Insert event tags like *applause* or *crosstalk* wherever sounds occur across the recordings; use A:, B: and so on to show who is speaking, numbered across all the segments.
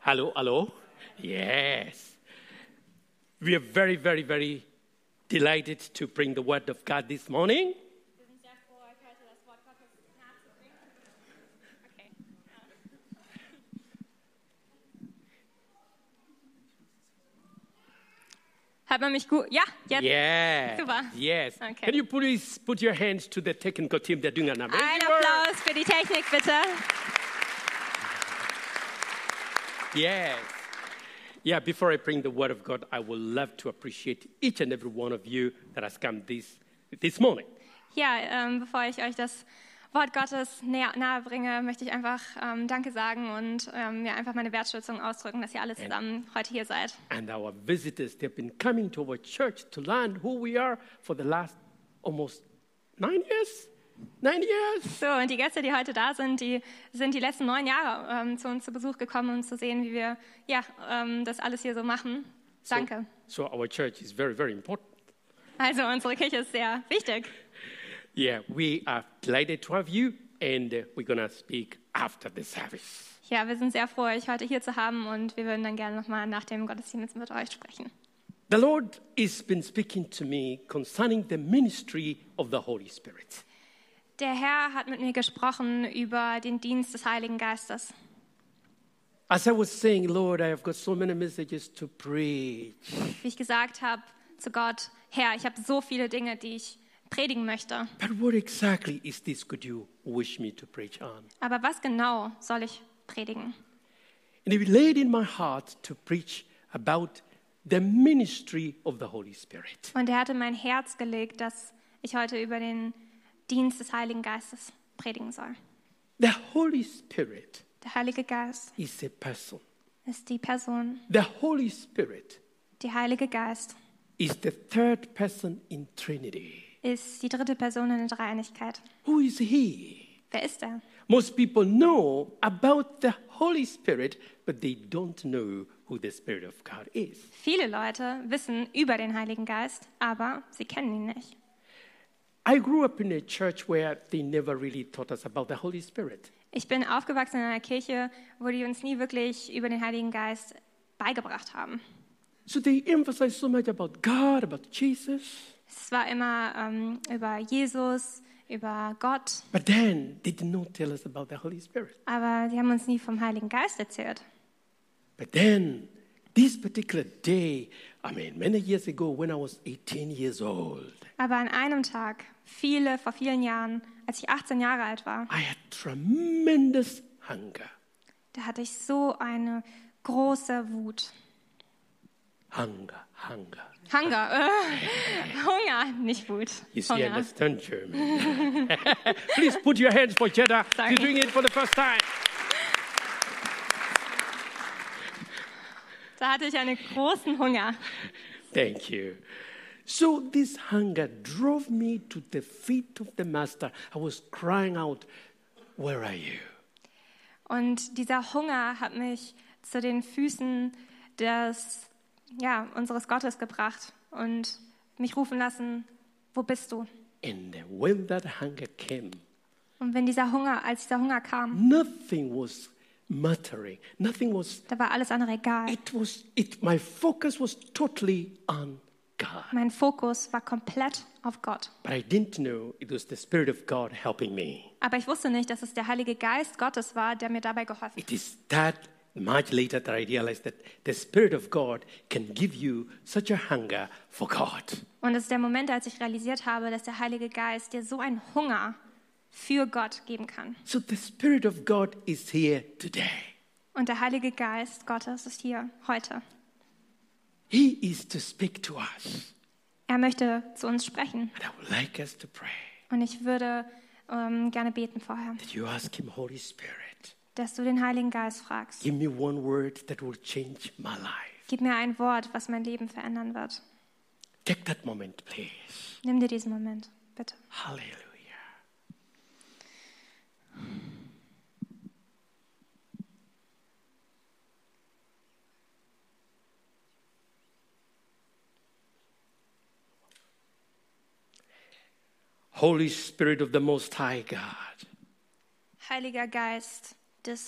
A: Hello, hello. Yes. We are very, very, very delighted to bring the word of God this morning.
B: Wir sind sehr froh, euch heute das Wort Gottes nachzubringen. Okay. Äh. Hat man mich gut? Ja, jetzt.
A: Yeah.
B: Super.
A: Yes.
B: Okay.
A: Can you please put your hand to the technical team? They're doing an amazing
B: Ein
A: work.
B: Applaus für die Technik, bitte.
A: Yes. Yeah, before I bring the word of God, I would love to appreciate each and every one of you that has come this, this morning.
B: Ja, ähm, bevor ich euch das Wort Gottes näher, nahe bringe, möchte ich einfach ähm, Danke sagen und ähm, mir einfach meine Wertschätzung ausdrücken, dass ihr alle zusammen heute hier seid.
A: And our visitors, they've been coming to our church to learn who we are for the last almost nine years. Nine years.
B: So, und die Gäste, die heute da sind, die sind die letzten neun Jahre ähm, zu uns zu Besuch gekommen, um zu sehen, wie wir ja, ähm, das alles hier so machen. Danke.
A: So, so our church is very, very important.
B: Also unsere Kirche ist sehr wichtig.
A: Yeah, we are delighted to have you, and uh, we're going to speak after the service.
B: Ja, wir sind sehr froh, euch heute hier zu haben und wir würden dann gerne nochmal nach dem Gottesdienst mit euch sprechen.
A: The Lord has been speaking to me concerning the ministry of the Holy Spirit.
B: Der Herr hat mit mir gesprochen über den Dienst des Heiligen Geistes.
A: As I was saying, Lord, I have got so many messages to preach.
B: Wie ich gesagt habe zu Gott, Herr, ich habe so viele Dinge, die ich predigen möchte.
A: But what exactly is this could you wish me to preach on?
B: Aber was genau soll ich predigen?
A: And it laid in my heart to preach about the ministry of the Holy Spirit.
B: Und er hatte mein Herz gelegt, dass ich heute über den Dienst des Heiligen Geistes predigen soll.
A: The Holy Spirit
B: Der Heilige Geist
A: is a person.
B: ist die Person.
A: The Holy Spirit
B: Der Heilige Geist
A: is the third person in Trinity.
B: ist die dritte Person in der Dreieinigkeit.
A: Who is he?
B: Wer ist er?
A: Most people know about the Holy Spirit, but they don't know who the Spirit of God is.
B: Viele Leute wissen über den Heiligen Geist, aber sie kennen ihn nicht.
A: I grew up in a church where they never really taught us about the Holy Spirit.
B: Ich bin aufgewachsen in einer Kirche, wo die uns nie wirklich über den Heiligen Geist beigebracht haben.
A: So they emphasize so much about God, about Jesus.
B: Es war immer ähm, über Jesus, über Gott,
A: But then they did not tell us about the Holy Spirit.
B: aber sie haben uns nie vom Heiligen Geist erzählt.
A: But then this particular day, I mean, many years ago when I was 18 years old,
B: Aber an einem Tag, viele, vor vielen Jahren, als ich 18 Jahre alt war,
A: I had tremendous hunger.
B: da hatte ich so eine große Wut.
A: Hunger, hunger.
B: Hunger, äh, Hunger, nicht Wut.
A: You see, I
B: Hunger.
A: understand German. *laughs* Please put your hands for Jeddah.
B: Sorry.
A: You're doing it for the first time.
B: Da hatte ich einen großen Hunger.
A: Thank you. So this hunger drove me to the feet of the master. I was crying out, Where are you?
B: Und dieser Hunger hat mich zu den Füßen des, ja, unseres Gottes gebracht und mich rufen lassen, wo bist du?
A: And when that hunger came,
B: Und wenn dieser Hunger, als dieser Hunger kam,
A: nothing was mattering. Nothing was.
B: da war alles andere egal.
A: It was. It. My focus was totally on God.
B: Mein Fokus war komplett auf Gott.
A: But I didn't know it was the Spirit of God helping me.
B: Aber ich wusste nicht, dass es der Heilige Geist Gottes war, der mir dabei geholfen hat.
A: It is that much later that I realized that the Spirit of God can give you such a hunger for God.
B: Und es ist der Moment, als ich realisiert habe, dass der Heilige Geist dir so einen Hunger für Gott geben kann.
A: So the Spirit of God is here today.
B: Und der Heilige Geist Gottes ist hier heute.
A: He is to speak to us.
B: Er möchte zu uns sprechen.
A: And I would like us to pray
B: Und ich würde ähm, gerne beten vorher,
A: that you ask Him, Holy Spirit,
B: dass du den Heiligen Geist fragst.
A: give me one word that will change my life.
B: Gib mir ein Wort, was mein Leben verändern wird.
A: Take that moment, please.
B: Nimm dir diesen Moment, bitte.
A: Hallelujah. Holy Spirit of the Most High God,
B: Heiliger Geist des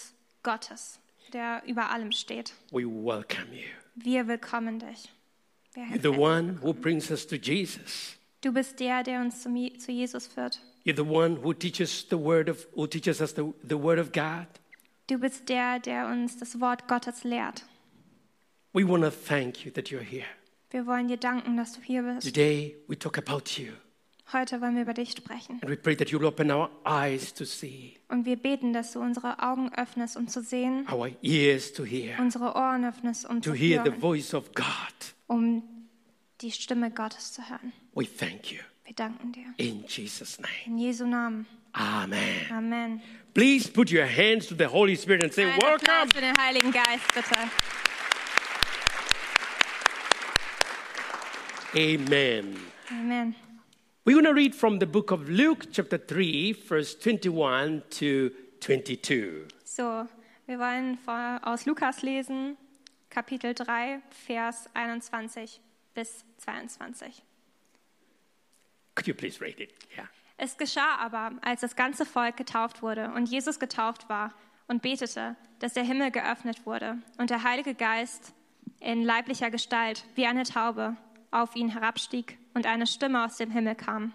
B: Gottes. der über allem steht.
A: We welcome you.
B: Wir willkommen dich. Wir
A: You're
B: heißen
A: the
B: dich.
A: one who brings us to Jesus.
B: Du bist der, der uns zu, Mi- zu Jesus führt.
A: You're the one who teaches the word of who teaches us the, the word of God.
B: Du bist der, der uns das Wort Gottes lehrt.
A: We want to thank you that you're here.
B: Wir wollen dir danken, dass du hier bist.
A: Today we talk about you
B: Heute wollen wir über dich sprechen.
A: and we pray that you'll open our eyes to see,
B: Und wir beten, dass du unsere Augen öffnest, um zu sehen,
A: our ears to hear,
B: unsere Ohren öffnest, um
A: to
B: zu
A: hear the
B: hören,
A: voice of God.
B: um die Stimme Gottes zu hören.
A: We thank you
B: Wir danken dir.
A: in Jesus name.
B: In Jesu Namen.
A: Amen.
B: Amen.
A: Please put your hands to the Holy Spirit and say,
B: Ein Applaus
A: "Welcome."
B: für den Heiligen Geist, bitte.
A: Amen.
B: Amen.
A: We're going to read from the book of Luke chapter 3 verse 21 to 22.
B: So, wir wollen vor- aus Lukas lesen, Kapitel 3, Vers 21 bis 22.
A: Could you please read it? Yeah.
B: Es geschah aber, als das ganze Volk getauft wurde und Jesus getauft war und betete, dass der Himmel geöffnet wurde und der Heilige Geist in leiblicher Gestalt wie eine Taube auf ihn herabstieg und eine Stimme aus dem Himmel kam.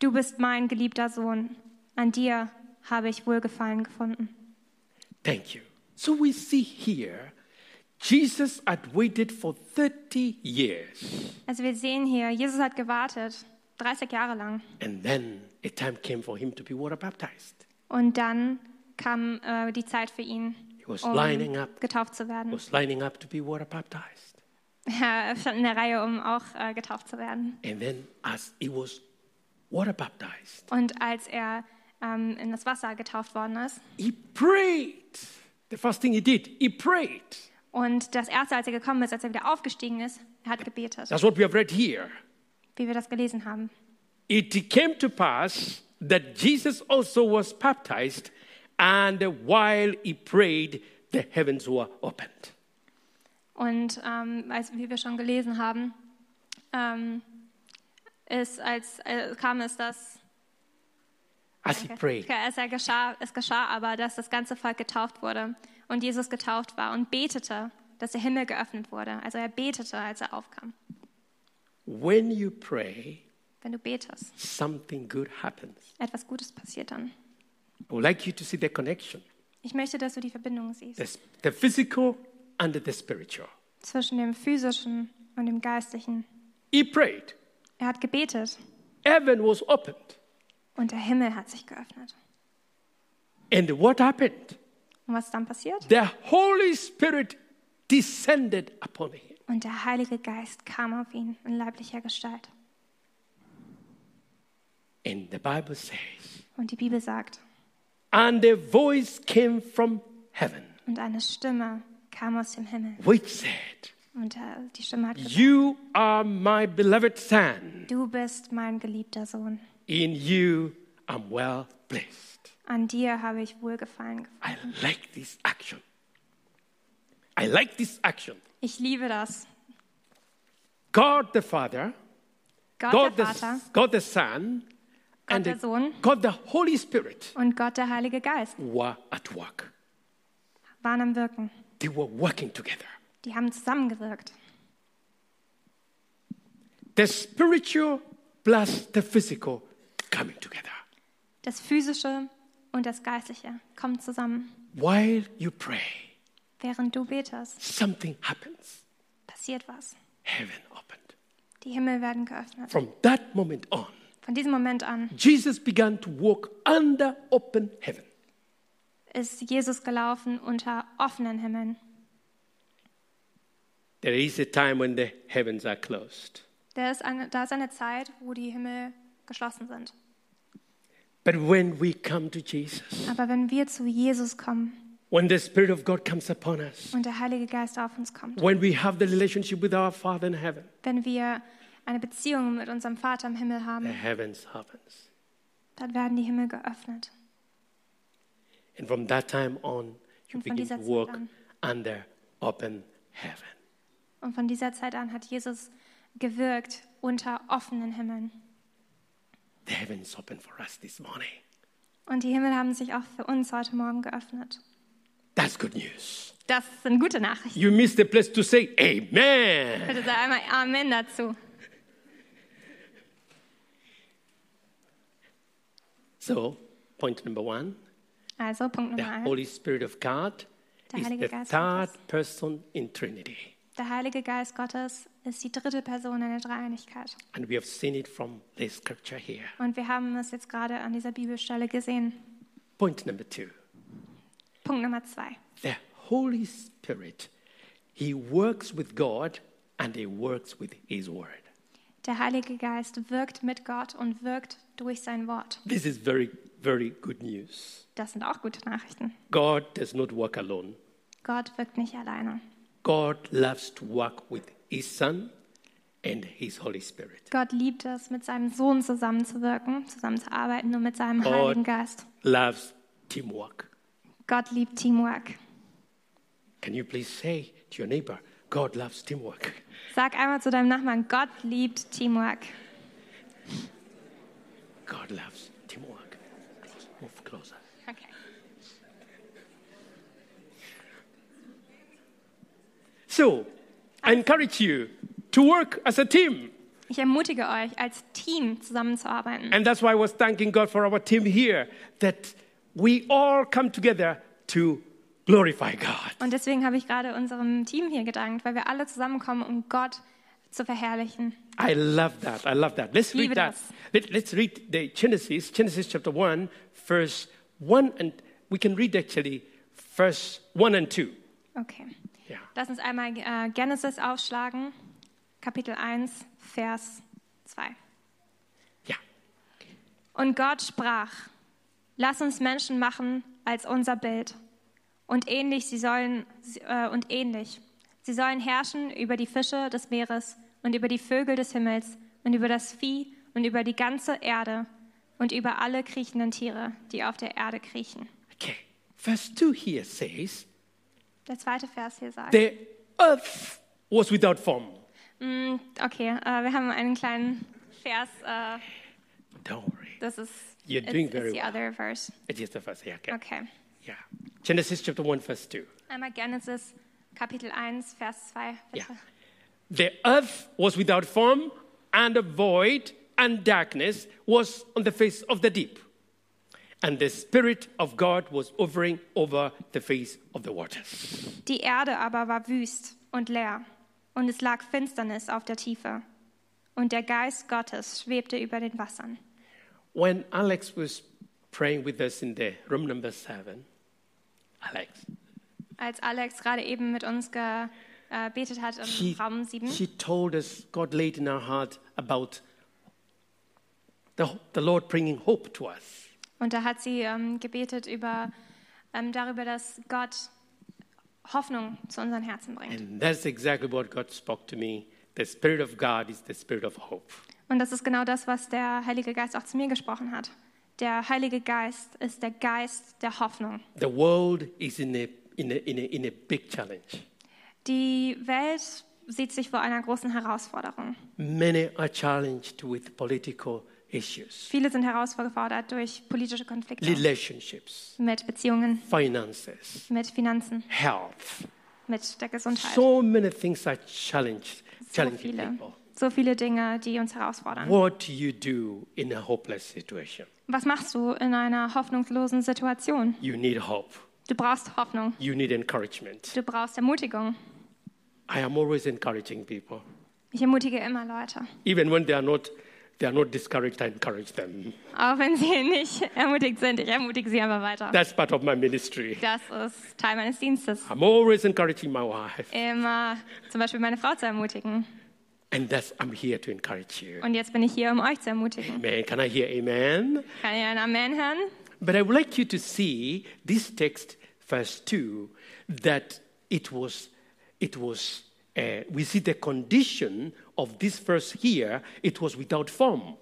B: Du bist mein geliebter Sohn, an dir habe ich Wohlgefallen gefunden.
A: Thank you. So we see here Jesus had waited for 30 years
B: Also wir sehen hier, Jesus hat gewartet, 30 Jahre lang.
A: and then a time came for him to be water baptized.
B: Und dann kam äh, die Zeit für ihn,
A: He was lining
B: um
A: up.
B: getauft zu
A: He
B: werden.
A: was lining up to be water baptized.
B: *laughs* Er stand in der Reihe, um auch äh, getauft zu werden.
A: And then as he was water baptized,
B: Und als er ähm, in das Wasser getauft worden ist
A: he prayed. The first thing he did, he prayed.
B: und das Erste, als er gekommen ist, als er wieder aufgestiegen ist, er hat gebetet,
A: That's what we have read here.
B: wie wir das gelesen haben.
A: It came to pass that Jesus also was baptized, and while he prayed, the heavens were opened.
B: Und ähm, als, wie wir schon gelesen haben, ähm, ist, als, äh, kam es, dass
A: As he prayed,
B: Ja, Es er geschah, es geschah aber, dass das ganze Volk getauft wurde und Jesus getauft war und betete, dass der Himmel geöffnet wurde. Also er betete, als er aufkam.
A: When you pray,
B: Wenn du betest,
A: something good happens.
B: etwas Gutes passiert dann.
A: I would like you to see the connection
B: Ich möchte, dass du die Verbindung siehst
A: the, the physical and the spiritual.
B: zwischen dem physischen und dem geistlichen.
A: He prayed,
B: Er hat gebetet
A: heaven was opened.
B: und der Himmel hat sich geöffnet.
A: And what happened?
B: Und was ist dann passiert?
A: The Holy Spirit descended upon him.
B: Und der Heilige Geist kam auf ihn in leiblicher Gestalt.
A: And the Bible says,
B: Und die Bibel sagt,
A: and a voice came from heaven
B: und eine Stimme kam aus dem Himmel.
A: which said,
B: Und äh, die Stimme hat gesagt,
A: You are my beloved Son,
B: du bist mein geliebter Sohn.
A: in you I'm well pleased.
B: An dir habe ich Wohlgefallen. gefunden.
A: I like this action. I like this action.
B: Ich liebe das.
A: God the Father,
B: Gott,
A: God
B: der
A: the,
B: Vater
A: God the Son, and
B: der
A: the-
B: Sohn.
A: God the Holy Spirit
B: und Gott, der Heilige Geist,
A: were at work.
B: waren am Wirken.
A: They were working together.
B: Die haben zusammengewirkt.
A: The spiritual plus the physical coming together.
B: Das Physische und das Geistliche kommen zusammen.
A: While you pray,
B: Während du betest,
A: something happens.
B: passiert was.
A: Heaven opened.
B: Die Himmel werden geöffnet.
A: From that moment on,
B: Von diesem Moment an
A: Jesus began to walk under open heaven.
B: ist Jesus gelaufen unter offenen Himmeln.
A: There is a time when the heavens are closed.
B: Da ist eine, da ist eine Zeit, wo die Himmel geschlossen sind.
A: But when we come to Jesus,
B: Aber wenn wir zu Jesus kommen
A: when the Spirit of God comes upon us,
B: und der Heilige Geist auf uns kommt,
A: when we have the relationship with our Father in heaven,
B: wenn wir eine Beziehung mit unserem Vater im Himmel
A: the
B: haben,
A: heavens opens.
B: dann werden die Himmel geöffnet.
A: And from that time on, you
B: Und von
A: begin to
B: dieser Zeit
A: walk
B: an.
A: under open heaven.
B: Und von dieser Zeit an hat Jesus gewirkt unter offenen Himmeln.
A: The heavens open for us this morning.
B: Und die Himmel haben sich auch für uns heute Morgen geöffnet.
A: That's good news.
B: Das sind gute Nachrichten.
A: You missed the place to say Amen.
B: Bitte sei einmal Amen dazu.
A: So, point number one
B: Also Punkt
A: the
B: Nummer eins.
A: Holy Spirit of God
B: Der
A: is
B: Heilige
A: the
B: Geist
A: third
B: Gottes.
A: person in Trinity.
B: Der Heilige Geist Gottes ist die dritte Person in der Dreieinigkeit.
A: And we have seen it from this scripture here.
B: Und wir haben es jetzt gerade an dieser Bibelstelle gesehen.
A: Point number two
B: Punkt Nummer zwei.
A: the Holy Spirit, He works with God and He works with His Word.
B: Der Heilige Geist wirkt mit Gott und wirkt durch sein Wort.
A: This is very, very good news.
B: Das sind auch gute Nachrichten.
A: God does not work alone,
B: Gott wirkt nicht alleine.
A: God loves to work with His Son and His Holy Spirit.
B: Gott liebt es, mit seinem Sohn zusammenzuwirken, zusammenzuarbeiten und mit seinem
A: Gott.
B: Heiligen Geist.
A: loves teamwork.
B: Gott liebt Teamwork.
A: Can you please say to your neighbor, God loves teamwork?
B: Sag einmal zu deinem Nachbarn, Gott liebt Teamwork.
A: God loves teamwork. Close, move closer.
B: Okay.
A: So, I encourage you to work as a team.
B: Ich ermutige euch, als Team zusammenzuarbeiten.
A: And that's why I was thanking God for our team here, that we all come together to glorify God.
B: Und deswegen habe ich gerade unserem Team hier gedankt, weil wir alle zusammenkommen, um Gott zu verherrlichen.
A: I love that. I love that. Let's read
B: Liebe
A: that.
B: das.
A: Let, let's read the Genesis, Genesis chapter 1, verse 1, and we can read actually verse 1 and 2.
B: Okay.
A: Yeah.
B: Lass uns einmal äh, Genesis aufschlagen, Kapitel 1, Vers 2.
A: Yeah.
B: Und Gott sprach, lass uns Menschen machen als unser Bild und ähnlich sie sollen äh, und ähnlich. Sie sollen herrschen über die Fische des Meeres und über die Vögel des Himmels und über das Vieh und über die ganze Erde und über alle kriechenden Tiere, die auf der Erde kriechen.
A: Okay. Verse 2 here says,
B: Der zweite Vers hier sagt,
A: The earth was without form.
B: Mm, okay, äh, wir haben einen kleinen Vers, äh,
A: Don't worry.
B: das ist
A: You're
B: it's-
A: doing
B: it's
A: very
B: the
A: well.
B: other verse.
A: It is the first. Yeah, okay.
B: Okay.
A: Yeah. Genesis chapter 1, verse 2.
B: Einmal Genesis Kapitel 1, Vers 2.
A: Yeah.
B: Bitte.
A: The earth was without form, and a void, and darkness was on the face of the deep. And the Spirit of God was hovering over the face of the waters.
B: Die Erde aber war wüst und leer, und es lag Finsternis auf der Tiefe. Und der Geist Gottes schwebte über den Wassern.
A: When Alex was praying with us in the room number seven, Alex,
B: Als Alex gerade eben mit uns gebetet hat im
A: she,
B: Raum 7,
A: she told us God laid in our heart about the, the Lord bringing hope to us.
B: und da hat sie ähm, gebetet über, ähm, darüber, dass Gott Hoffnung zu unseren Herzen bringt.
A: And that's exactly what God spoke to me. The Spirit of God is the Spirit of hope.
B: Und das ist genau das, was der Heilige Geist auch zu mir gesprochen hat. Der Heilige Geist ist der Geist der Hoffnung.
A: The world is in a, in a, in a, in a big challenge.
B: Die Welt sieht sich vor einer großen Herausforderung.
A: Many are challenged with political issues,
B: Viele sind herausgefordert durch politische Konflikte
A: relationships,
B: mit Beziehungen,
A: finances,
B: mit Finanzen,
A: health.
B: mit der Gesundheit.
A: So many things are challenged,
B: So
A: challenging
B: viele,
A: people.
B: so viele Dinge, die uns herausfordern.
A: What do you do in a hopeless situation?
B: Was machst du in einer hoffnungslosen Situation?
A: You need hope.
B: Du brauchst Hoffnung.
A: You need encouragement.
B: Du brauchst Ermutigung.
A: I am always encouraging people.
B: Ich ermutige immer Leute,
A: Even when they are not, they are not discouraged, I encourage them.
B: auch wenn sie *laughs* nicht ermutigt sind. Ich ermutige sie aber weiter.
A: That's part of my ministry.
B: Das ist Teil meines Dienstes.
A: I'm always encouraging my wife.
B: Immer zum Beispiel meine Frau zu ermutigen.
A: And that's, I'm here to encourage you.
B: Und jetzt bin ich hier, um euch zu ermutigen.
A: Amen. Can I hear amen?
B: Kann ihr ein Amen hören?
A: But I would like you to see this text, verse 2, that it was, it was, uh, we see the condition of this verse here, it was without form.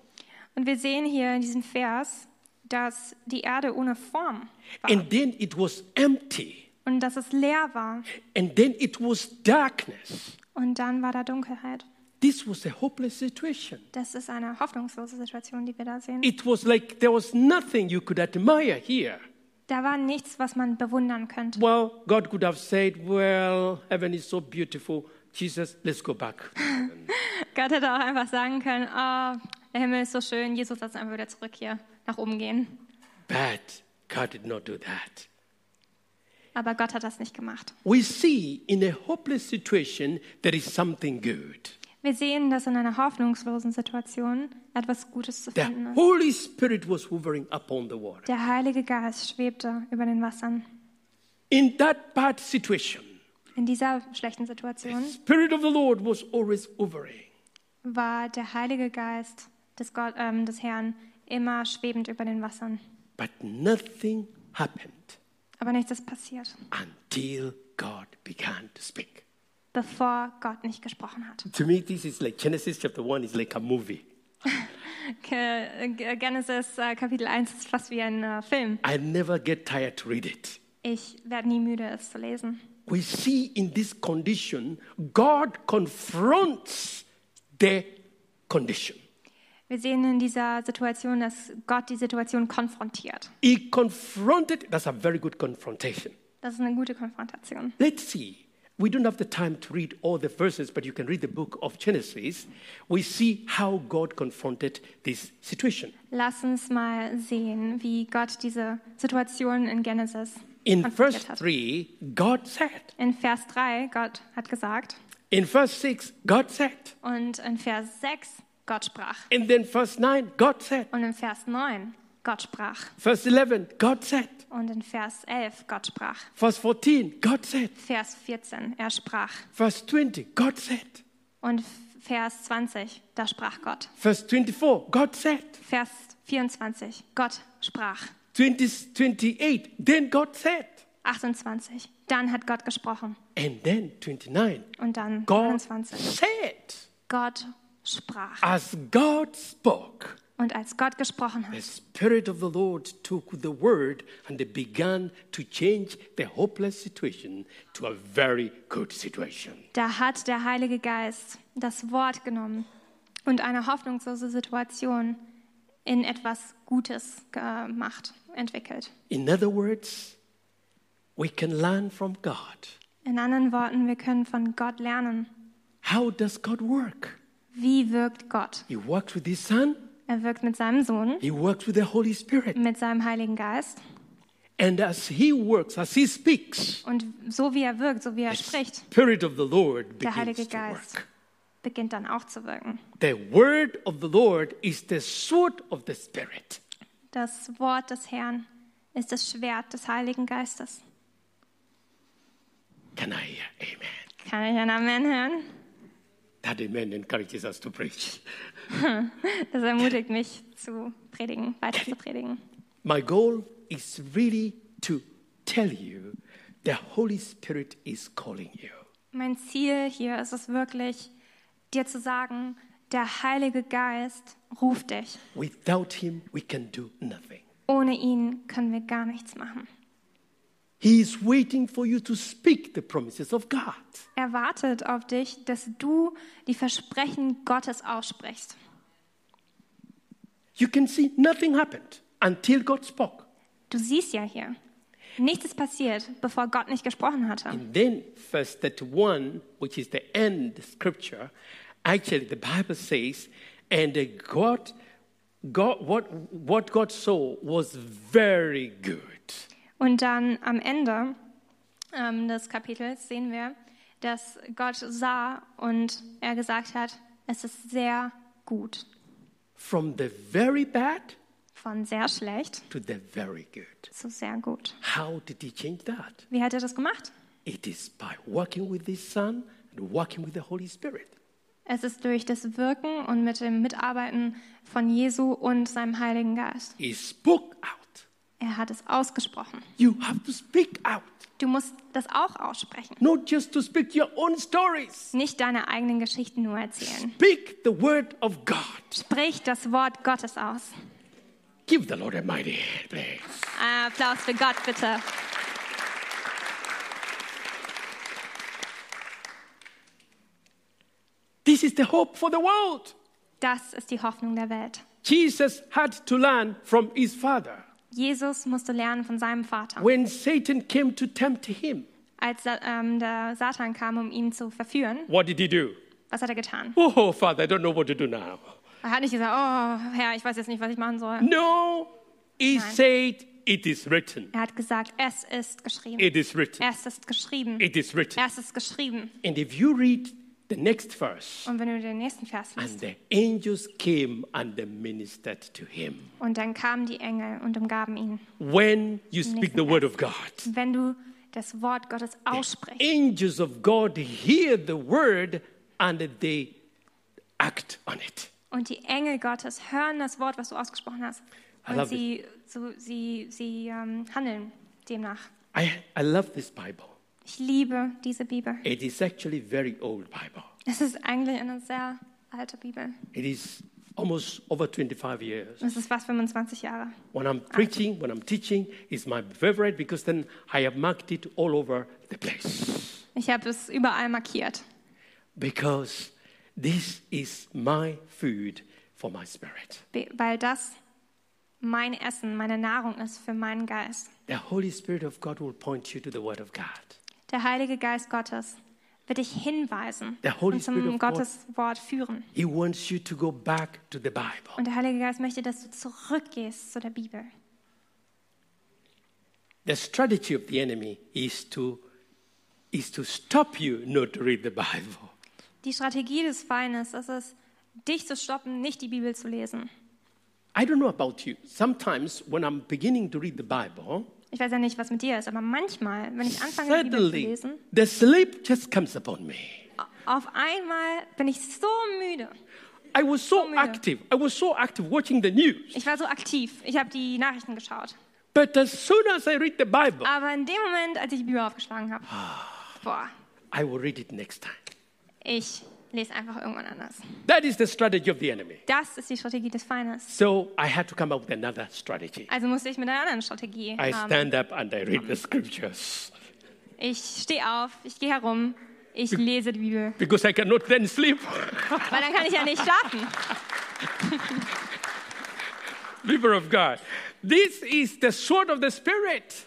B: Und wir sehen hier in diesem Vers, dass die Erde ohne Form war
A: And then it was empty.
B: und dass es leer war.
A: And then it was darkness.
B: Und dann war da Dunkelheit.
A: This was a hopeless situation.
B: Das ist eine hoffnungslose Situation, die wir da sehen.
A: It was like there was nothing you could admire here.
B: Da war nichts, was man bewundern könnte.
A: Well, God could have said, Well, heaven is so beautiful. Jesus, let's go back.
B: *laughs* Gott hätte auch einfach sagen können, oh, der Himmel ist so schön, Jesus, lass uns einfach wieder zurück hier nach oben gehen.
A: But God did not do that.
B: Aber Gott hat das nicht gemacht.
A: We see in a hopeless situation there is something good.
B: Wir sehen, dass in einer hoffnungslosen Situation etwas Gutes zu finden
A: The
B: ist.
A: Holy Spirit was hovering upon the water.
B: Der Heilige Geist schwebte über den Wassern.
A: In that bad situation,
B: In dieser schlechten Situation
A: Spirit of the Lord was always hovering.
B: war der Heilige Geist des, Gott, ähm, des Herrn immer schwebend über den Wassern.
A: But nothing happened
B: Aber nichts ist passiert,
A: until God began to speak.
B: bevor Gott nicht gesprochen hat.
A: To me, this is like Genesis chapter 1 is like a movie.
B: Ge- Ge- Genesis äh, Kapitel 1 ist fast wie ein äh, Film.
A: I never get tired to read it.
B: Ich werde nie müde, es zu lesen.
A: We see in this condition, God confronts the condition.
B: Wir sehen in dieser Situation, dass Gott die Situation konfrontiert.
A: He confronted, that's a very good confrontation.
B: Das ist eine gute Konfrontation.
A: Let's see. We don't have the time to read all the verses, but you can read the book of Genesis. We see how God confronted this situation.
B: Lass uns mal sehen, wie Gott diese Situation in Genesis
A: In verse
B: konfrontiert hat.
A: 3, God said.
B: In Vers 3, Gott hat gesagt.
A: In verse 6, God said.
B: Und in Vers 6, Gott sprach.
A: And then verse 9, God said.
B: Und in Vers 9, Gott sprach.
A: Verse 11, God said.
B: Und in Vers 11, Gott sprach.
A: Verse 14, God said.
B: Vers 14, er sprach.
A: Verse 20, God said.
B: Und Vers 20, da sprach Gott.
A: Verse 24, God said.
B: Vers 24, Gott sprach.
A: 20, 28, then God said.
B: 28, dann hat Gott gesprochen.
A: And then 29,
B: Und dann
A: God
B: 29,
A: said.
B: Gott sprach.
A: As God spoke,
B: Und als Gott gesprochen
A: the
B: hat,
A: Spirit of the Lord took the word and they began to change the hopeless situation to a very good situation.
B: da hat der Heilige Geist das Wort genommen und eine hoffnungslose Situation in etwas Gutes gemacht, entwickelt.
A: In other words, we can learn from God.
B: In anderen Worten, wir können von Gott lernen.
A: How does God work?
B: Wie wirkt Gott?
A: He works with His Son,
B: Er wirkt mit seinem Sohn,
A: He works with the Holy Spirit.
B: mit seinem Heiligen Geist.
A: And as He works, as He speaks,
B: Und so wie er wirkt, so wie er
A: the
B: spricht,
A: Spirit of the Lord
B: der Heilige
A: begins to
B: Geist
A: work.
B: beginnt dann auch zu wirken.
A: The word of the Lord is the sword of the Spirit.
B: Das Wort des Herrn ist das Schwert des Heiligen Geistes.
A: Can I hear amen?
B: Kann ich ein Amen hören?
A: That amen encourages us to preach.
B: Das ermutigt mich zu predigen, weiter zu predigen.
A: My goal is really to tell you the Holy Spirit is calling you.
B: Mein Ziel hier ist es wirklich, dir zu sagen, der Heilige Geist ruft dich.
A: Without Him, we can do nothing.
B: Ohne ihn können wir gar nichts machen.
A: He is waiting for you to speak the promises of God.
B: Er wartet auf dich, dass du die Versprechen Gottes aussprichst.
A: You can see nothing happened until God spoke.
B: Du siehst ja hier, nichts ist passiert, bevor Gott nicht gesprochen hatte.
A: And then, verse 31, which is the end scripture, actually the Bible says, and the God, God what, what God saw was very good.
B: Und dann am Ende ähm, des Kapitels sehen wir, dass Gott sah und er gesagt hat, es ist sehr gut.
A: From the very bad
B: Von sehr schlecht
A: to the very good.
B: zu sehr gut.
A: How did he change that?
B: Wie hat er das gemacht?
A: It is by working with his son and working with the Holy Spirit.
B: Es ist durch das Wirken und mit dem Mitarbeiten von Jesu und seinem Heiligen Geist.
A: He spoke out.
B: Er hat es ausgesprochen.
A: You have to speak out,
B: Du musst das auch aussprechen.
A: not just to speak your own stories.
B: Nicht deine eigenen Geschichten nur erzählen.
A: Speak the word of God.
B: Sprich das Wort Gottes aus.
A: Give the Lord a mighty hand, please.
B: Ein Applaus für Gott, bitte.
A: This is the hope for the world.
B: Das ist die Hoffnung der Welt.
A: Jesus had to learn from his father.
B: Jesus musste lernen von seinem Vater.
A: When Satan came to tempt him,
B: Als Sa- ähm, der Satan kam, um ihn zu verführen,
A: what did he do?
B: was hat er getan?
A: Oh, Father, I don't know what to do now.
B: Er hat nicht gesagt, oh Herr, ich weiß jetzt nicht, was ich machen soll.
A: No, he
B: Nein.
A: said, It is written.
B: Er hat gesagt, es ist geschrieben.
A: It is written.
B: Es ist geschrieben.
A: It is written.
B: Es ist geschrieben.
A: And if you read the next verse,
B: Und wenn du den nächsten Vers
A: and
B: liest,
A: the angels came and they ministered to him.
B: und dann kamen die Engel und umgaben ihn.
A: When you speak the word of God,
B: Wenn du das Wort Gottes aussprichst,
A: angels of God hear the word and they act on it.
B: und die Engel Gottes hören das Wort, was du ausgesprochen hast,
A: I
B: und
A: love
B: sie, so, sie, sie ähm, handeln demnach.
A: I, I love this Bible.
B: Ich liebe diese Bibel.
A: It is actually very old Bible.
B: Es ist eigentlich eine sehr alte Bibel.
A: It is almost over 25 years.
B: Es ist fast 25 Jahre.
A: When I'm preaching, when I'm teaching, it's my favorite because then I have marked it all over the place.
B: Ich habe es überall markiert,
A: Because this is my food for my spirit.
B: be- weil das mein Essen, meine Nahrung ist für meinen Geist.
A: The Holy Spirit of God will point you to the Word of God.
B: Der Heilige Geist Gottes wird dich hinweisen
A: Der Holy
B: und
A: Spirit
B: zum
A: of God.
B: Gottes Wort führen.
A: He wants you to go back to the Bible.
B: Und der Heilige Geist möchte, dass du zurückgehst zu der Bibel.
A: The strategy of the enemy is to, is to stop you not to read the Bible.
B: Die Strategie des Feindes ist es, dich zu stoppen, nicht die Bibel zu lesen.
A: I don't know about you. Sometimes when I'm beginning to read the Bible,
B: Ich weiß ja nicht, was mit dir ist, aber manchmal, wenn ich anfange, die Bibel zu
A: suddenly
B: lesen,
A: the sleep just comes upon me.
B: auf einmal bin ich so müde.
A: I was so
B: müde.
A: active. I was so active watching the news.
B: Ich war so aktiv. Ich habe die Nachrichten geschaut.
A: But as soon as I read the Bible,
B: Aber in dem Moment, als ich die Bibel aufgeschlagen habe,
A: Ah.
B: boah,
A: I will read it next time.
B: ich lese einfach irgendwann anders.
A: That is the strategy of the enemy.
B: Das ist die Strategie des Feindes.
A: So I had to come up with another strategy.
B: Also musste ich mit einer anderen Strategie.
A: I
B: ähm,
A: stand up and I read the scriptures
B: ich stehe auf, ich gehe herum, ich lese die Bibel.
A: because I cannot then
B: *laughs*
A: sleep
B: Weil dann kann ich ja
A: *laughs*
B: nicht schlafen.
A: Liver of God. This is the sword of the Spirit.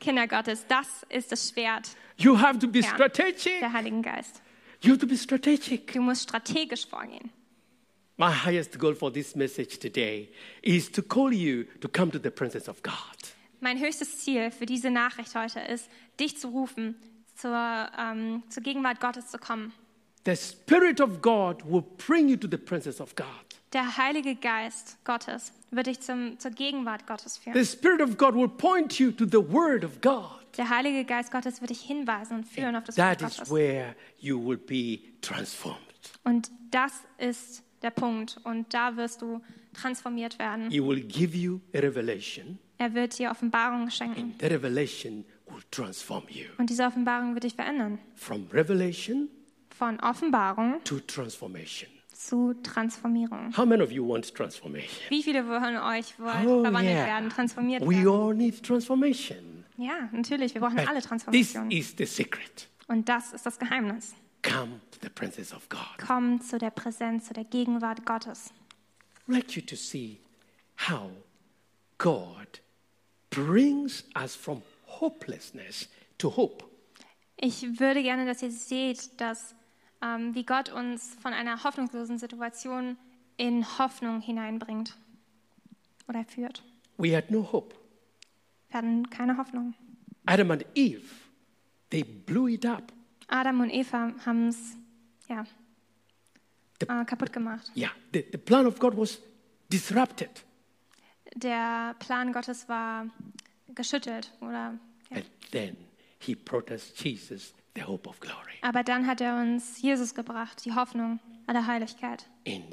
B: Kinder Gottes, das ist das Schwert
A: You have to be
B: Ja.
A: strategic.
B: der Heiligen Geist.
A: You have to be strategic.
B: Du musst strategisch vorgehen.
A: My highest goal for this message today is to call you to come to the presence of God.
B: Mein höchstes Ziel für diese Nachricht heute ist, dich zu rufen, zur, ähm, zur Gegenwart Gottes zu kommen.
A: The Spirit of God will bring you to the presence of God.
B: Der Heilige Geist Gottes wird dich zum, zur Gegenwart Gottes führen.
A: The Spirit of God will point you to the Word of God.
B: Der Heilige Geist Gottes wird dich hinweisen und führen auf das Wort
A: That is
B: Gottes.
A: where you will be transformed.
B: Und das ist der Punkt. Und da wirst du transformiert werden.
A: He will give you a revelation.
B: Er wird dir Offenbarung schenken.
A: The revelation will transform you
B: Und diese Offenbarung wird dich verändern.
A: from revelation
B: Von Offenbarung
A: to transformation.
B: zu Transformierung.
A: How many of you want transformation?
B: Wie viele von euch wollen verwandelt werden, transformiert
A: Oh, We
B: werden?
A: all need transformation.
B: Ja, natürlich. Wir brauchen Mm, alle
A: This
B: Transformationen.
A: is the secret.
B: Und das ist das Geheimnis.
A: Come to the presence of God.
B: Komm zu der Präsenz, zu der Gegenwart Gottes.
A: I'd like you to see how God brings us from hopelessness to hope.
B: Ich würde gerne, dass ihr seht, dass ähm, wie Gott uns von einer hoffnungslosen Situation in Hoffnung hineinbringt oder führt.
A: We had no hope.
B: Wir hatten keine Hoffnung.
A: Adam and Eve, they blew it up.
B: Adam und Eva haben es ja,
A: The-
B: äh, kaputt gemacht.
A: Yeah, the, the plan of God was disrupted.
B: Der Plan Gottes war geschüttelt. Oder, ja.
A: And then he brought us Jesus, the hope of glory.
B: Aber dann hat er uns Jesus gebracht, die Hoffnung aller Heiligkeit,
A: And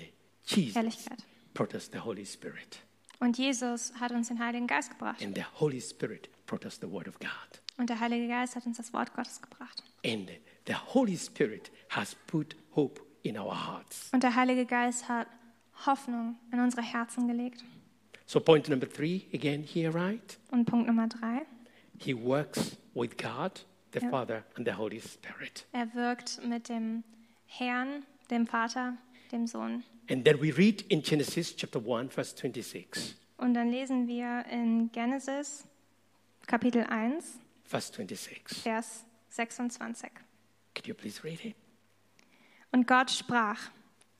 A: Jesus
B: Herrlichkeit.
A: brought us the Holy Spirit.
B: Und Jesus hat uns den Heiligen Geist gebracht.
A: And the Holy Spirit brought us the Word of God.
B: Und der Heilige Geist hat uns das Wort Gottes gebracht.
A: And the Holy Spirit has put hope in our hearts.
B: Und der Heilige Geist hat Hoffnung in unsere Herzen gelegt.
A: So, point number three again here, right?
B: Und Punkt Nummer drei,
A: He works with God, the
B: Yeah.
A: Father, and the Holy Spirit.
B: er wirkt mit dem Herrn, dem Vater, dem Sohn.
A: And then we read in Genesis chapter 1, verse 26.
B: Und dann lesen wir in Genesis Kapitel 1,
A: verse 26.
B: Vers 26.
A: Could you please read it?
B: Und Gott sprach,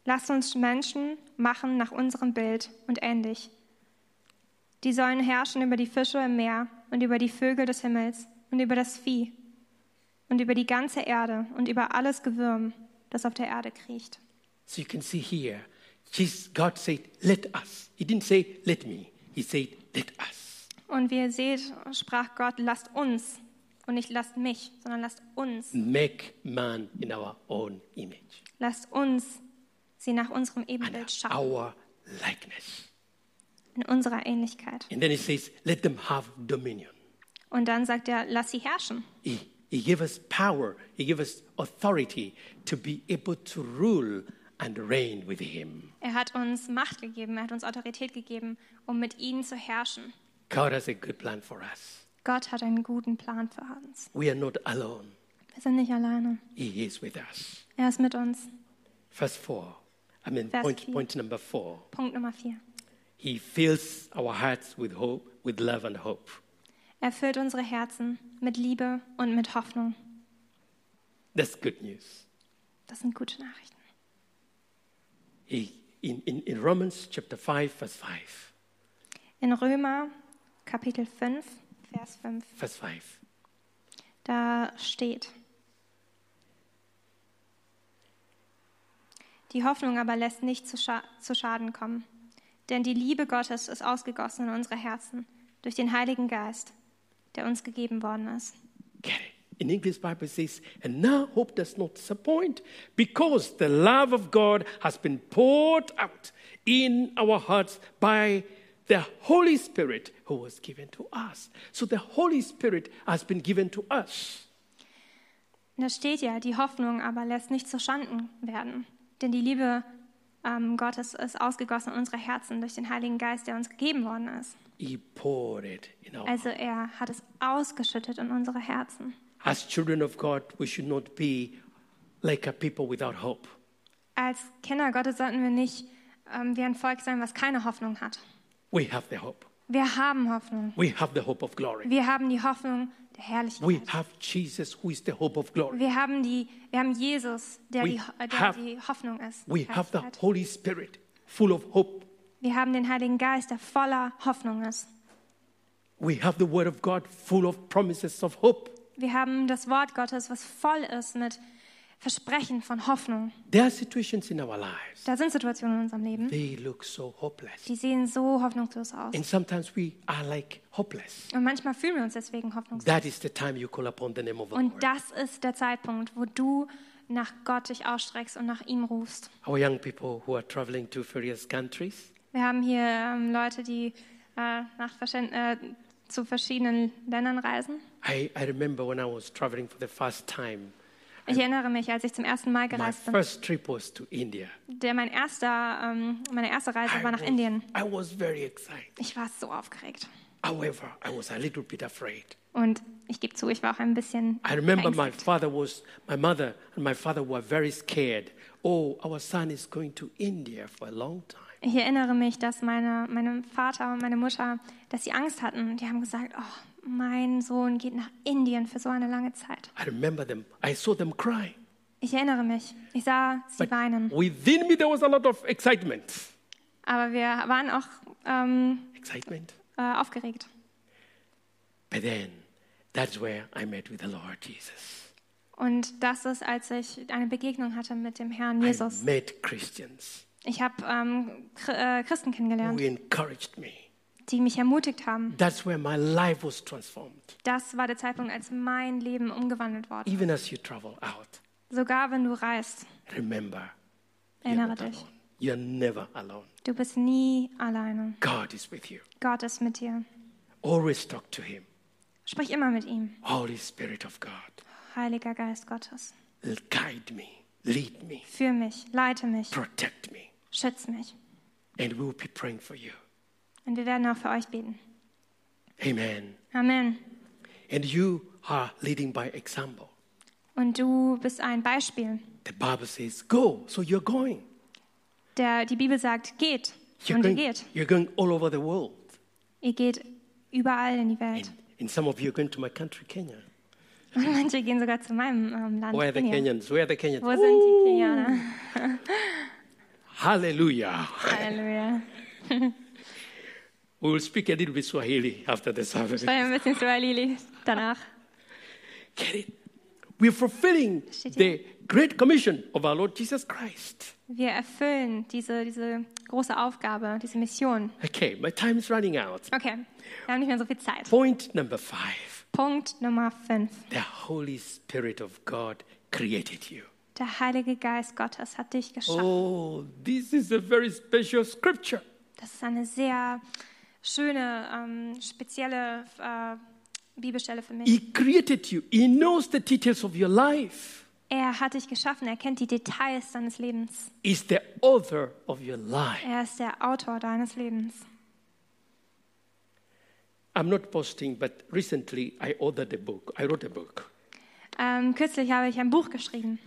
B: lasst uns Menschen machen nach unserem Bild und ähnlich. Die sollen herrschen über die Fische im Meer und über die Vögel des Himmels und über das Vieh und über die ganze Erde und über alles Gewürm, das auf der Erde kriecht.
A: So you can see here, Jesus, God said, Let us. He didn't say, Let me. He said, Let us.
B: Und wie ihr seht, sprach Gott, lasst uns und nicht lasst mich, sondern lasst uns,
A: Make man in our own image
B: lasst uns sie nach unserem
A: and
B: Ebenbild schaffen,
A: our likeness.
B: in unserer Ähnlichkeit.
A: And then he says, Let them have dominion.
B: Und dann sagt er, lass sie herrschen.
A: He, he gave us power, He gave us authority to be able to rule and reign with Him.
B: Er hat uns Macht gegeben, er hat uns Autorität gegeben, um mit ihnen zu herrschen.
A: God has a good plan for us.
B: Gott hat einen guten Plan für uns.
A: We are not alone,
B: Wir sind nicht alleine.
A: He is with us.
B: Er ist mit uns.
A: Verse 4, I mean,
B: Verse
A: point,
B: four.
A: point number 4.
B: Punkt Nummer vier.
A: He fills our hearts with hope, with love and hope.
B: Er füllt unsere Herzen mit Liebe und mit Hoffnung.
A: That's good news.
B: Das sind gute Nachrichten.
A: He, in, in, in Romans chapter 5, verse 5,
B: In Römer Kapitel 5, Vers 5,
A: verse 5,
B: da steht, die Hoffnung aber lässt nicht zu, Scha zu Schaden kommen, denn die Liebe Gottes ist ausgegossen in unsere Herzen durch den Heiligen Geist, der uns gegeben worden ist.
A: get it. In English Bible it says, and now hope does not disappoint because the love of God has been poured out in our hearts by the Holy Spirit who was given to us. So the Holy Spirit has been given to us.
B: Und Da steht ja, die Hoffnung aber lässt nicht zu Schanden werden, denn die Liebe ähm, Gottes ist ausgegossen in unsere Herzen durch den Heiligen Geist, der uns gegeben worden ist.
A: He poured it in our
B: Also er hat es ausgeschüttet in unsere Herzen.
A: As children of God, we should not be like a people without hope.
B: Als Kinder Gottes sollten wir nicht ähm, wie ein Volk sein, was keine Hoffnung hat.
A: We have the hope.
B: Wir haben Hoffnung.
A: We have the hope of glory.
B: Wir haben die Hoffnung der
A: We
B: Herrlichkeit.
A: have Jesus, who is the hope of glory.
B: Wir haben, die, wir haben Jesus, der,
A: We
B: die, äh, der
A: have-
B: die Hoffnung ist.
A: We have the
B: Herrlichkeit.
A: Holy Spirit, full of hope.
B: Wir haben den Heiligen Geist, der voller Hoffnung ist.
A: We have the Word of God, full of promises of hope.
B: Wir haben das Wort Gottes, was voll ist mit Versprechen von Hoffnung.
A: There are situations in our lives,
B: Da sind Situationen in unserem Leben,
A: they look so hopeless.
B: die sehen so hoffnungslos aus.
A: And sometimes we are like hopeless.
B: Und manchmal fühlen wir uns deswegen hoffnungslos.
A: That is the time you call upon the name of the
B: Und
A: Lord.
B: das ist der Zeitpunkt, wo du nach Gott dich ausstreckst und nach ihm rufst.
A: Our young people who are traveling to various countries,
B: Wir haben hier ähm, Leute, die äh, nach verschieden- äh, zu verschiedenen Ländern reisen.
A: I, I remember when I was traveling for the first time
B: Ich erinnere mich, als ich zum ersten Mal
A: My
B: gereist bin,
A: first trip was to India.
B: der mein erster, ähm, meine erste Reise war nach
A: was,
B: Indien.
A: I was very excited.
B: Ich war so aufgeregt.
A: However, I was a little bit afraid.
B: Und ich gebe zu, ich war auch ein bisschen
A: I remember my
B: verängstigt.
A: father was, my mother and my father were very scared. Oh, our son is going to India for a long time.
B: Ich erinnere mich, dass meine, mein Vater und meine Mutter, dass sie Angst hatten. Die haben gesagt, oh, mein Sohn geht nach Indien für so eine lange Zeit.
A: I remember them. I saw them cry.
B: Ich erinnere mich. Ich sah sie weinen.
A: Within me, there was a lot of excitement.
B: Aber wir waren auch ähm,
A: Excitement.
B: äh, aufgeregt.
A: But then, that's where I met with the Lord Jesus.
B: Und das ist, als ich eine Begegnung hatte mit dem Herrn
A: I
B: Jesus.
A: met Christians
B: Ich habe ähm, Chr- äh, Christen
A: who
B: kennengelernt,
A: encouraged me.
B: die mich ermutigt haben.
A: That's where my life was transformed.
B: Das war der Zeitpunkt, als mein Leben umgewandelt wurde.
A: Even as you travel out,
B: Sogar wenn du reist,
A: remember You're
B: erinnere
A: not
B: dich.
A: alone. You're never alone.
B: Du bist nie alleine.
A: God is with you.
B: Gott ist mit dir.
A: Always talk to Him.
B: Sprich immer mit ihm.
A: Holy Spirit of God,
B: Heiliger Geist Gottes,
A: l- guide me, lead me,
B: führ mich, leite mich,
A: protect me,
B: schütz mich.
A: and we will be praying for you.
B: Und wir werden auch für euch beten.
A: Amen.
B: Amen.
A: And you are leading by example.
B: Und du bist ein Beispiel.
A: The Bible says, go. So you're going.
B: Der, die Bibel sagt, geht.
A: You're
B: Und ihr
A: going,
B: geht.
A: you're going all over the world.
B: Ihr geht überall in die Welt.
A: And, and some of you are going to my country, Kenya.
B: Und *laughs* manche gehen sogar zu meinem ähm, Land.
A: Where are the
B: Kenia.
A: Kenyans? Where are the
B: Wo
A: Kenyans?
B: sind die Kenianer?
A: Hallelujah.
B: Halleluja.
A: We will speak a little bit Swahili after the service.
B: Ich ein bisschen Swahili danach.
A: Get it? We're fulfilling
B: Steht hier.
A: the great commission of our Lord Jesus Christ.
B: Wir erfüllen diese, diese große Aufgabe, diese Mission.
A: Okay, my time is running out.
B: Okay, wir haben nicht mehr so viel Zeit.
A: Point number five
B: Punkt Nummer 5.
A: the Holy Spirit of God created you.
B: Der Heilige Geist Gottes hat dich geschaffen.
A: Oh, this is a very special scripture.
B: Das ist eine sehr schöne, ähm, spezielle äh, Bibelstelle für mich.
A: He created you, He knows the details of your life,
B: Er hat dich geschaffen, er kennt die Details deines Lebens.
A: He's the author of your life.
B: Er ist der Autor deines Lebens.
A: I'm not posting, but recently I authored a book. I wrote a book.
B: Ähm, kürzlich habe ich ein Buch geschrieben.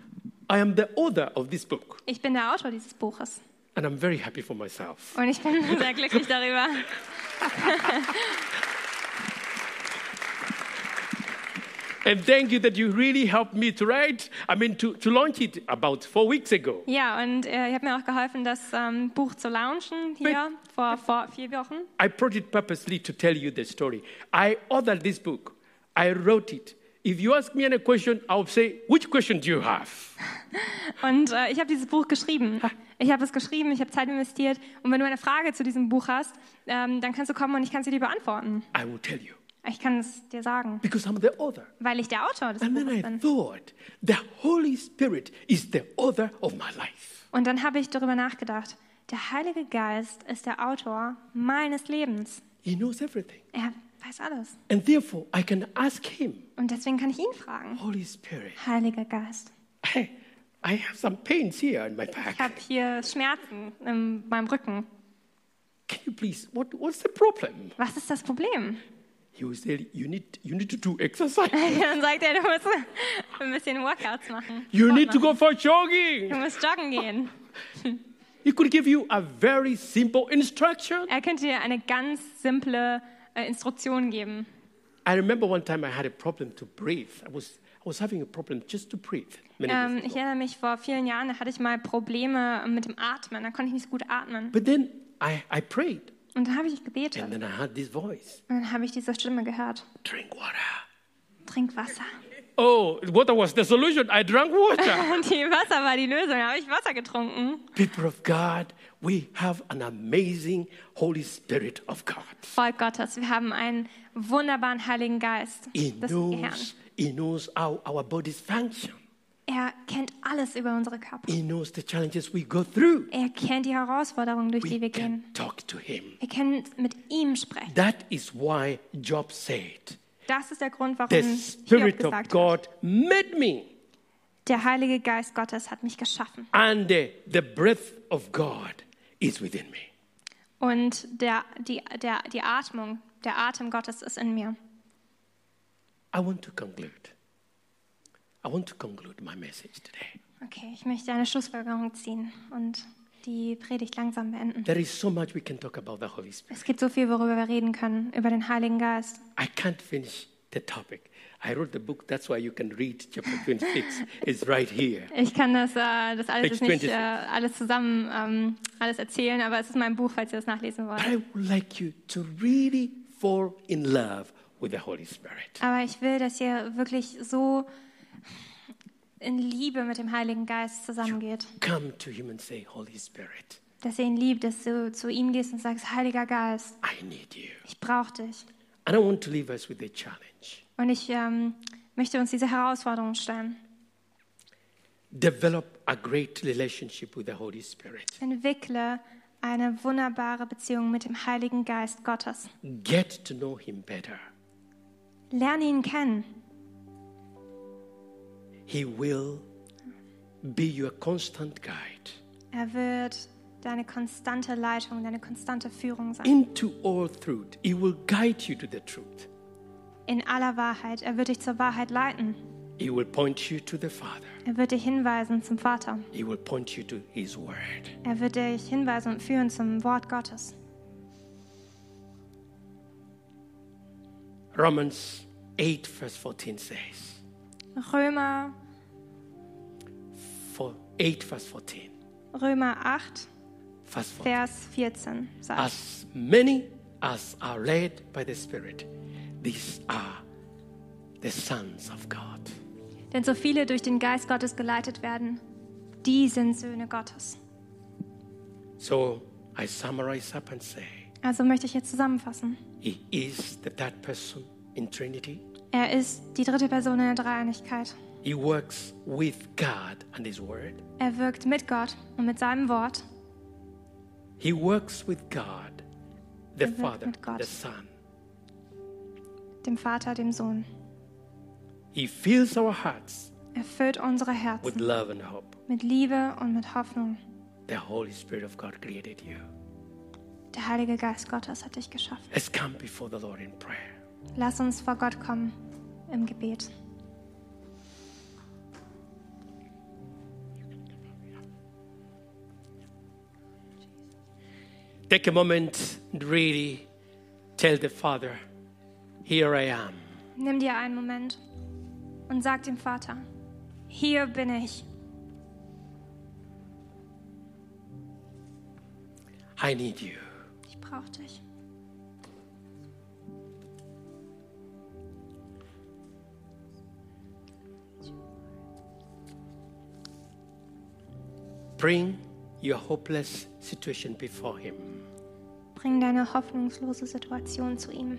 A: I am the author of this book,
B: Ich bin der Autor dieses Buches
A: and I'm very happy for myself.
B: und ich bin *laughs* sehr glücklich darüber.
A: And thank you that you really helped me to write, I mean, to, to launch it about four weeks ago.
B: Ja, und äh, ihr habt mir auch geholfen, das ähm, Buch zu launchen hier vor, vor vier Wochen.
A: I brought it purposely to tell you the story. I authored this book, I wrote it. If you ask me any question, I'll say, Which question do you have?
B: Und äh, ich habe dieses Buch geschrieben. Ich habe es geschrieben, ich habe Zeit investiert. Und wenn du eine Frage zu diesem Buch hast, ähm, dann kannst du kommen und ich kann sie dir beantworten.
A: I will tell you,
B: Ich kann es dir sagen,
A: because I'm the author.
B: weil ich der Autor des
A: And then
B: Buches
A: I
B: bin.
A: thought, the Holy Spirit is the author of my life.
B: Und dann habe ich darüber nachgedacht. Der Heilige Geist ist der Autor meines Lebens.
A: He knows everything.
B: Er weiß alles.
A: And therefore, I can ask Him,
B: Und deswegen kann ich ihn fragen.
A: Holy Spirit,
B: Heiliger Geist.
A: hey, I have some pains here in my
B: Ich habe
A: back.
B: hier Schmerzen in meinem Rücken.
A: Can you please, what, what's the problem?
B: Was ist
A: *laughs*
B: das Problem?
A: He will say, you need, you need to do exercise.
B: Dann sagt er, du musst ein bisschen Workouts machen.
A: You
B: Sport
A: need to
B: machen.
A: go for
B: Du
A: jogging.
B: musst joggen gehen.
A: He could give you a very simple instruction.
B: Er könnte dir eine ganz simple äh, Instruktion geben.
A: I remember one time I had a problem to breathe. I was, I was having a problem just to breathe. Many years
B: Ähm,
A: ago.
B: ich erinnere mich, vor vielen Jahren da hatte ich mal Probleme mit dem Atmen. Da konnte ich nicht so gut atmen.
A: But then I, I prayed,
B: Und dann habe ich
A: and
B: gebetet. Und
A: then I had this voice
B: dann habe ich diese Stimme gehört.
A: drink water.
B: Trink Wasser. *laughs*
A: Oh, water was the solution. I drank water.
B: Und die Wasser war die Lösung. Da habe ich Wasser getrunken.
A: *laughs* People of God, we have an amazing Holy Spirit of God.
B: Volk Gottes, wir haben einen wunderbaren Heiligen Geist
A: He
B: des Herrn.
A: knows, he knows how our bodies function,
B: Er kennt alles über unsere Körper.
A: He knows the challenges we go through.
B: Er kennt die Herausforderungen, durch
A: we
B: die wir
A: can
B: gehen.
A: talk to him.
B: Wir können mit ihm sprechen.
A: That is why Job said,
B: Das ist der Grund, warum
A: The
B: Hiob
A: Spirit of
B: gesagt hat,
A: God made me,
B: der Heilige Geist Gottes hat mich geschaffen
A: and uh, the breath of God is within me.
B: und der, die, der, die Atmung, der Atem Gottes ist in mir.
A: I want to conclude. I want to conclude my message today.
B: Okay, ich möchte eine Schlussfolgerung ziehen und die Predigt langsam beenden.
A: There is so much we can talk about the Holy Spirit.
B: Es gibt so viel, worüber wir reden können, über den Heiligen Geist.
A: I can't finish the topic. I wrote the book, that's why you can read chapter 26. it's right here.
B: Ich kann das, äh, das alles
A: Page
B: ist nicht äh,
A: 26.
B: alles zusammen ähm, alles erzählen, aber es ist mein Buch, falls ihr das nachlesen
A: But
B: wollt.
A: I would like you to really fall in love with the Holy Spirit.
B: Aber ich will, dass ihr wirklich so in Liebe mit dem Heiligen Geist zusammengeht.
A: Come to him and say, Holy Spirit.
B: Dass ihr ihn liebt, dass du zu ihm gehst und sagst, Heiliger Geist,
A: I need you.
B: ich brauche dich.
A: And I want to leave us with a challenge.
B: Und ich ähm, möchte uns diese Herausforderung stellen.
A: Develop a great relationship with the Holy Spirit.
B: Entwickle eine wunderbare Beziehung mit dem Heiligen Geist Gottes.
A: Get to know him better.
B: Lerne ihn kennen.
A: He will be your constant guide
B: Er wird deine konstante Leitung, deine konstante Führung sein.
A: into all truth. He will guide you to the truth.
B: In aller Wahrheit. Er wird dich zur Wahrheit leiten.
A: He will point you to the Father.
B: Er wird dich hinweisen zum Vater.
A: He will point you to his word.
B: Er wird dich hinweisen und führen zum Wort Gottes.
A: Romans 8, verse 14 says.
B: Römer,
A: For 8, verse 14.
B: Römer 8,
A: Verse 14.
B: Vers 14 sagt,
A: As many as are led by the Spirit, these are the sons of God.
B: denn so viele durch den Geist Gottes geleitet werden, die sind Söhne Gottes.
A: So I summarize up and say,
B: Also möchte ich jetzt zusammenfassen.
A: He is the third person in Trinity.
B: Er ist die dritte Person in der Dreieinigkeit.
A: He works with God and His Word.
B: Er wirkt mit Gott und mit seinem Wort.
A: He works with God, the
B: Er wirkt
A: Father,
B: mit Gott.
A: the Son.
B: dem Vater, dem Sohn.
A: He fills our hearts
B: Erfüllt unsere
A: with
B: Herzen
A: love and hope.
B: mit Liebe und mit Hoffnung.
A: The Holy Spirit of God created you.
B: Der Heilige Geist Gottes hat dich geschaffen.
A: Let's come before the Lord in prayer.
B: Lass uns vor Gott kommen im Gebet.
A: Take a moment and really tell the Father, Here I am.
B: Nimm dir einen Moment und sag dem Vater, hier bin ich.
A: I need you.
B: Ich brauche dich.
A: Bring your hopeless situation before Him.
B: Bring deine hoffnungslose Situation zu ihm.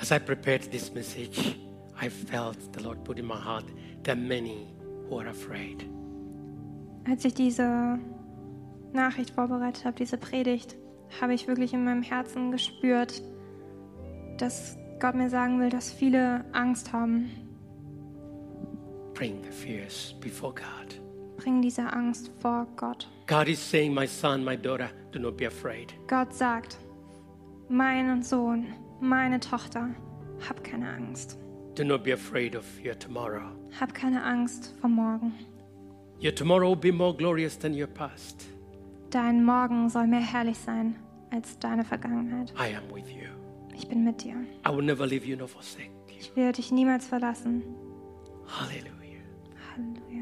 A: As I prepared this message, I felt the Lord put in my heart that many who are afraid.
B: Als ich diese Nachricht vorbereitet habe, diese Predigt, habe ich wirklich in meinem Herzen gespürt, dass Gott mir sagen will, dass viele Angst haben.
A: Bring the fears before God.
B: Bring diese Angst vor Gott.
A: God is saying, My son, my daughter, do not be afraid.
B: Gott sagt, mein Sohn, meine Tochter, hab keine Angst.
A: Do not be afraid of your tomorrow.
B: Hab keine Angst vor morgen.
A: Your tomorrow will be more glorious than your past.
B: Dein Morgen soll mehr herrlich sein als deine Vergangenheit.
A: I am with you.
B: Ich bin mit dir.
A: I will never leave you nor forsake you.
B: Ich werde dich niemals verlassen.
A: Hallelujah.
B: Halleluja.